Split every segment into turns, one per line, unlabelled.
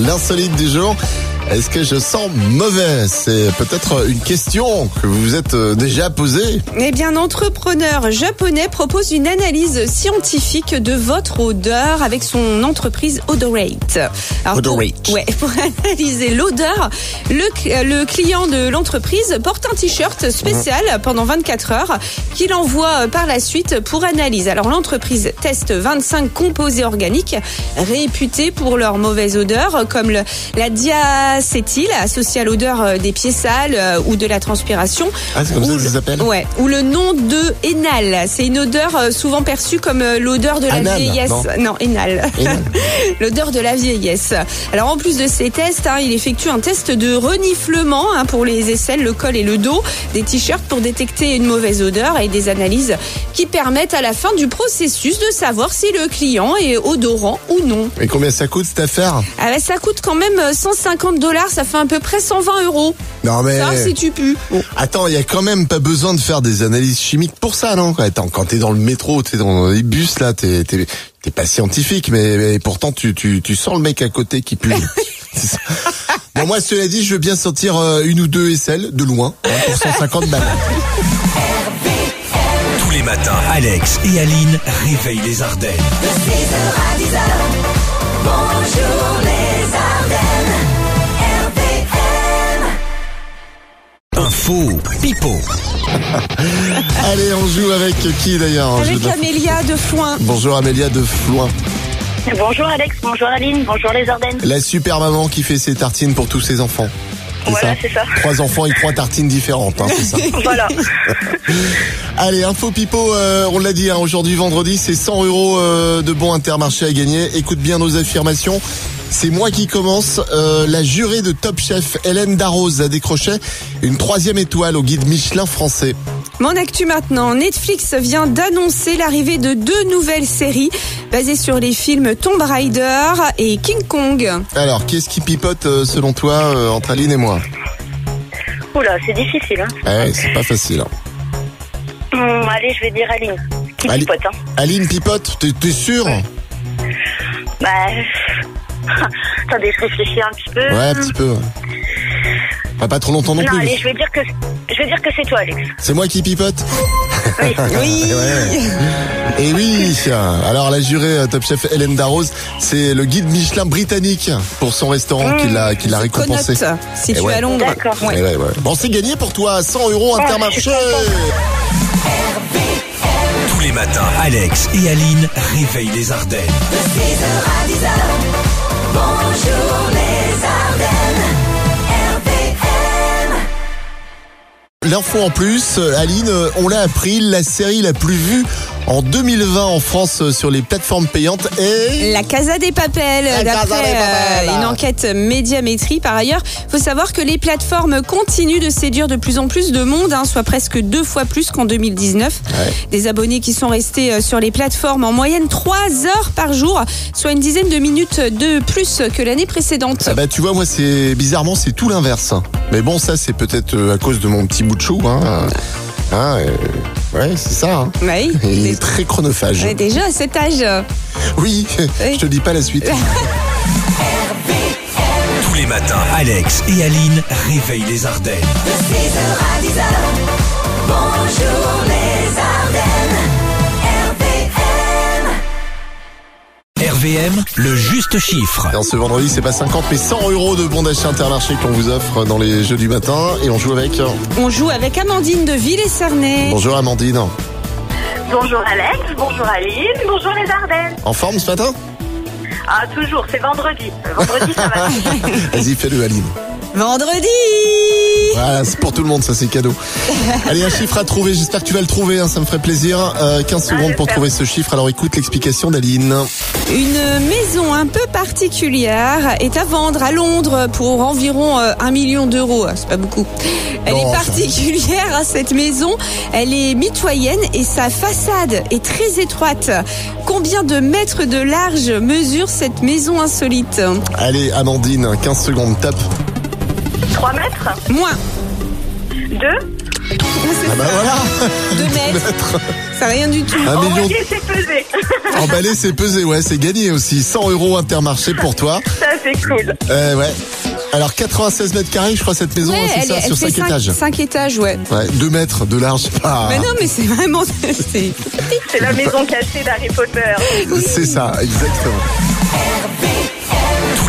l'insolite du jour. Est-ce que je sens mauvais C'est peut-être une question que vous vous êtes euh, déjà posée.
Eh bien, un entrepreneur japonais propose une analyse scientifique de votre odeur avec son entreprise Odorate. Alors, pour-
Odorate.
ouais, pour analyser l'odeur, le, cl- le client de l'entreprise porte un t-shirt spécial pendant 24 heures qu'il envoie euh, par la suite pour analyse. Alors, l'entreprise teste 25 composés organiques réputés pour leur mauvaise odeur, comme le- la diacétyl associée à l'odeur des pieds sales euh, ou de la transpiration.
Ah, c'est comme ça
Ou
que ça
le-
s'appelle
Ouais, ou le nom de Enal. C'est une odeur euh, souvent perçue comme euh, l'odeur de la
Anal,
vieillesse.
non.
Non, Enal.
Enal.
l'odeur de la vieillesse. Alors en plus de ces tests, hein, il effectue un test de reniflement hein, pour les aisselles, le col et le dos, des t-shirts pour détecter une mauvaise odeur et des analyses qui permettent à la fin du processus de savoir si le client est odorant ou non.
Et combien ça coûte cette affaire
Ah bah, ça coûte quand même euh, 150 dollars, ça fait à peu près 120 euros.
Non mais...
Ça, si tu pues.
Oh.
Bon.
Attends, il y a quand même pas besoin de faire des analyses chimiques pour ça, non Attends, quand t'es dans le métro, t'es dans les bus, là, t'es t'es- t'es pas scientifique, mais, mais pourtant tu, tu, tu sens le mec à côté qui pue. C'est ça. bon, moi, cela dit, je veux bien sentir euh, une ou deux aisselles, de loin, hein, pour 150 balles.
Tous les matins, Alex et Aline réveillent les Ardennes. Info, pipo.
Allez, on joue avec qui d'ailleurs en jeu
Avec
de-
Amélia de Foin.
Bonjour Amélia de Floin,
Bonjour Alex, bonjour Aline, bonjour les Ardennes.
la super maman qui fait ses tartines pour tous ses enfants. C'est
Voilà,
ça
c'est ça.
Trois enfants et trois tartines différentes, hein, c'est ça
Voilà.
Allez, info pipo, euh, on l'a dit, hein, aujourd'hui vendredi, c'est 100 euros euh, de bons intermarché à gagner. Écoute bien nos affirmations. C'est moi qui commence. Euh, la jurée de Top Chef Hélène Darroze a décroché une troisième étoile au guide Michelin français.
Mon actu maintenant, Netflix vient d'annoncer l'arrivée de deux nouvelles séries basées sur les films Tomb Raider et King Kong.
Alors, qu'est-ce qui pipote euh, selon toi euh, entre Aline et moi
Oula, c'est difficile. Hein.
Eh ouais, C'est pas facile. hein.
Hum, allez, je vais dire Aline. Qui
Aline.
pipote, hein.
Aline pipote, t'es t'es sûre
Bah. Attendez, je réfléchis un petit peu.
Ouais, un petit peu. ouais. Pas, pas trop longtemps non
non,
plus.
allez, je vais dire que je vais dire que c'est toi, Alex.
C'est moi qui pipote
Oui.
Oui.
Et oui, alors la jurée euh, Top Chef Hélène Darroze, c'est le guide Michelin britannique pour son restaurant qui l'a qui l'a récompensé.
Conote, si tu
ouais.
es à Londres.
D'accord.
Ouais.
Eh ouais, ouais. Bon, c'est gagné pour toi, 100 euros
je
Intermarché.
suis contente.
Tous les matins, Alex et Aline réveillent les Ardennes.
L'info en plus, euh, Aline, euh, on l'a appris, la série la plus vue en 2020 en France euh, sur les plateformes payantes est
La Casa des Papels,
La Casa
d'après
des Papel.
euh, une enquête médiamétrie. Par ailleurs, faut savoir que les plateformes continuent de séduire de plus en plus de monde, hein, soit presque deux fois plus qu'en 2019.
Ouais.
Des abonnés qui sont restés euh, sur les plateformes en moyenne trois heures par jour, soit une dizaine de minutes de plus que l'année précédente.
Ah bah tu vois moi c'est bizarrement c'est tout l'inverse. Mais bon ça c'est peut-être euh, à cause de mon petit bout de chou hein. Euh, hein, euh, ouais c'est ça. hein.
Oui,
Il est
dé-
très chronophage.
ouais, déjà à cet âge. euh,
Oui, je te dis pas la suite.
Tous les matins, Alex et Aline réveillent les Ardennes. RVM, le juste chiffre.
Alors ce vendredi, c'est pas 50 mais 100 euros de bons d'achat intermarché qu'on vous offre dans les jeux du matin et on joue avec. euh,
On joue avec Amandine de Ville-et-Cernay.
Bonjour Amandine.
Bonjour Alex, bonjour Aline, bonjour les Ardennes.
En forme ce matin
Ah toujours, c'est vendredi. Vendredi ça va.
Vas-y, fais-le Aline.
Vendredi
Voilà, c'est pour tout le monde, ça c'est cadeau. Allez, un chiffre à trouver, j'espère que tu vas le trouver, hein, ça me ferait plaisir. Euh, 15 secondes pour
j'espère.
trouver ce chiffre, alors écoute l'explication d'Aline.
Une maison un peu particulière est à vendre à Londres pour environ euh, 1 million d'euros. C'est pas beaucoup. Elle
Non,
est
ça-
particulière, hein, cette maison. Elle est mitoyenne et sa façade est très étroite. Combien de mètres de large mesure cette maison insolite
Allez Amandine, 15 secondes, tape.
3 mètres
Moins,
2
C'est
Ah bah Ah,
ça.
voilà
Deux mètres, ça rien du tout.
Un million
Envoyer, c'est pesé.
emballé, c'est pesé, ouais, c'est gagné aussi. 100 euros Intermarché pour toi.
Ça, c'est cool.
Euh, ouais. Alors 96 mètres carrés, je crois, cette maison, hein, c'est ça, sur 5 étages.
5 étages, ouais.
Ouais, 2 mètres de large, Ah, c'est pas.
Mais non, mais c'est vraiment. c'est-
C'est la maison cachée d'Harry Potter.
C'est ça, exactement.
Tous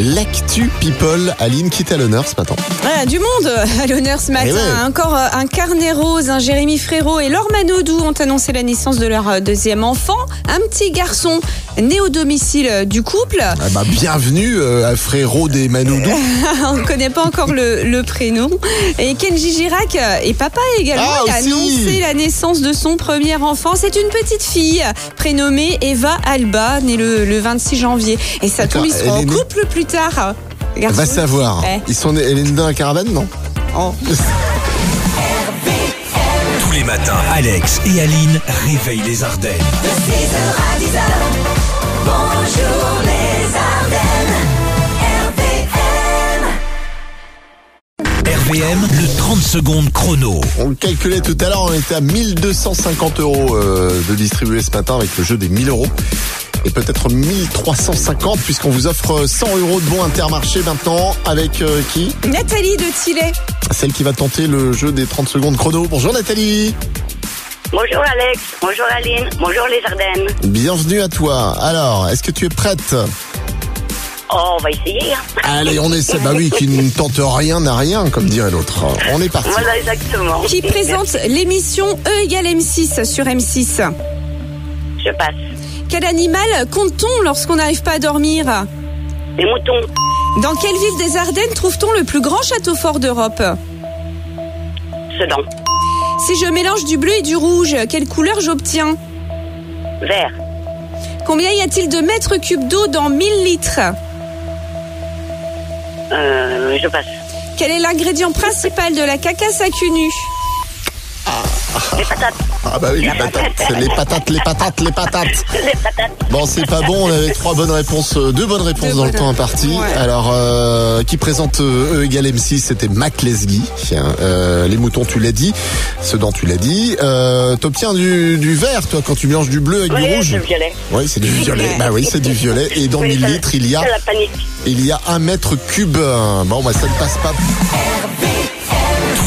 L'actu people, Aline quitte à l'honneur ce matin.
Voilà, du monde euh, à l'honneur ce matin.
Eh ouais.
Encore euh, un carnet rose, un Jérémy Frérot et Laure Manodou ont annoncé la naissance de leur euh, deuxième enfant, un petit garçon né au domicile euh, du couple.
Ah bah, bienvenue euh, à Frérot des Manoudou.
On ne connaît pas encore le, le prénom. Et Kenji Girac euh, est papa également.
Ah,
il a
aussi.
annoncé la naissance de son premier enfant. C'est une petite fille prénommée Eva Alba, née le, le 26 janvier. Et ça
D'accord,
tombe, ils seront
elle est
en
née- Eh ben,
couple plus tard. euh, Garçon.
Va savoir.
Ouais.
Ils sont nés- elle est née dans la caravane, non
Oh.
Tous les matins, Alex et Aline réveillent les Ardennes. RVM, le 30 secondes chrono.
On le calculait tout à l'heure, on était à 1250 euros euh, de distribuer ce matin avec le jeu des 1000 euros. Et peut-être 1350 puisqu'on vous offre 100 euros de bons intermarché maintenant avec euh, qui
Nathalie de Tillet.
Celle qui va tenter le jeu des 30 secondes chrono. Bonjour Nathalie
Bonjour Alex, bonjour Aline, bonjour les Ardennes.
Bienvenue à toi. Alors, est-ce que tu es prête
Oh, on va essayer. hein.
Allez, on essaie. Bah oui, qui ne tente rien n'a rien, comme dirait l'autre. On est parti.
Voilà exactement.
qui présente l'émission E égale M6 sur M6.
Je passe.
Quel animal compte-t-on lorsqu'on n'arrive pas à dormir
Les moutons,
Dans quelle ville des Ardennes trouve-t-on le plus grand château fort d'Europe
Sedan,
Si je mélange du bleu et du rouge, quelle couleur j'obtiens
vert,
Combien y a-t-il de mètres cubes d'eau dans 1000 litres
euh, je passe.
Quel est l'ingrédient principal de la cacasse à cul nu
Les patates,
Ah bah oui, les patates, les patates, les patates, les patates.
les patates.
Bon, c'est pas bon. On avait trois bonnes réponses, euh, deux bonnes réponses
Deux
dans le
bonnes
temps
réponses,
imparti.
ouais.
Alors, euh, qui présente euh, E égale M6, c'était Mac Lesguy. Tiens, euh, les moutons, tu l'as dit. Sedan, tu l'as dit. Euh, T'obtiens du, du vert, toi, quand tu mélanges du bleu avec du
Oui,
rouge.
le violet.
Oui, c'est du violet.
Ouais.
Bah oui, c'est du violet. Et dans
Oui,
1000
ça-
litres, il y a
C'est la panique.
il y a un mètre cube. Euh, Bon, bah ça ne passe pas.
Tous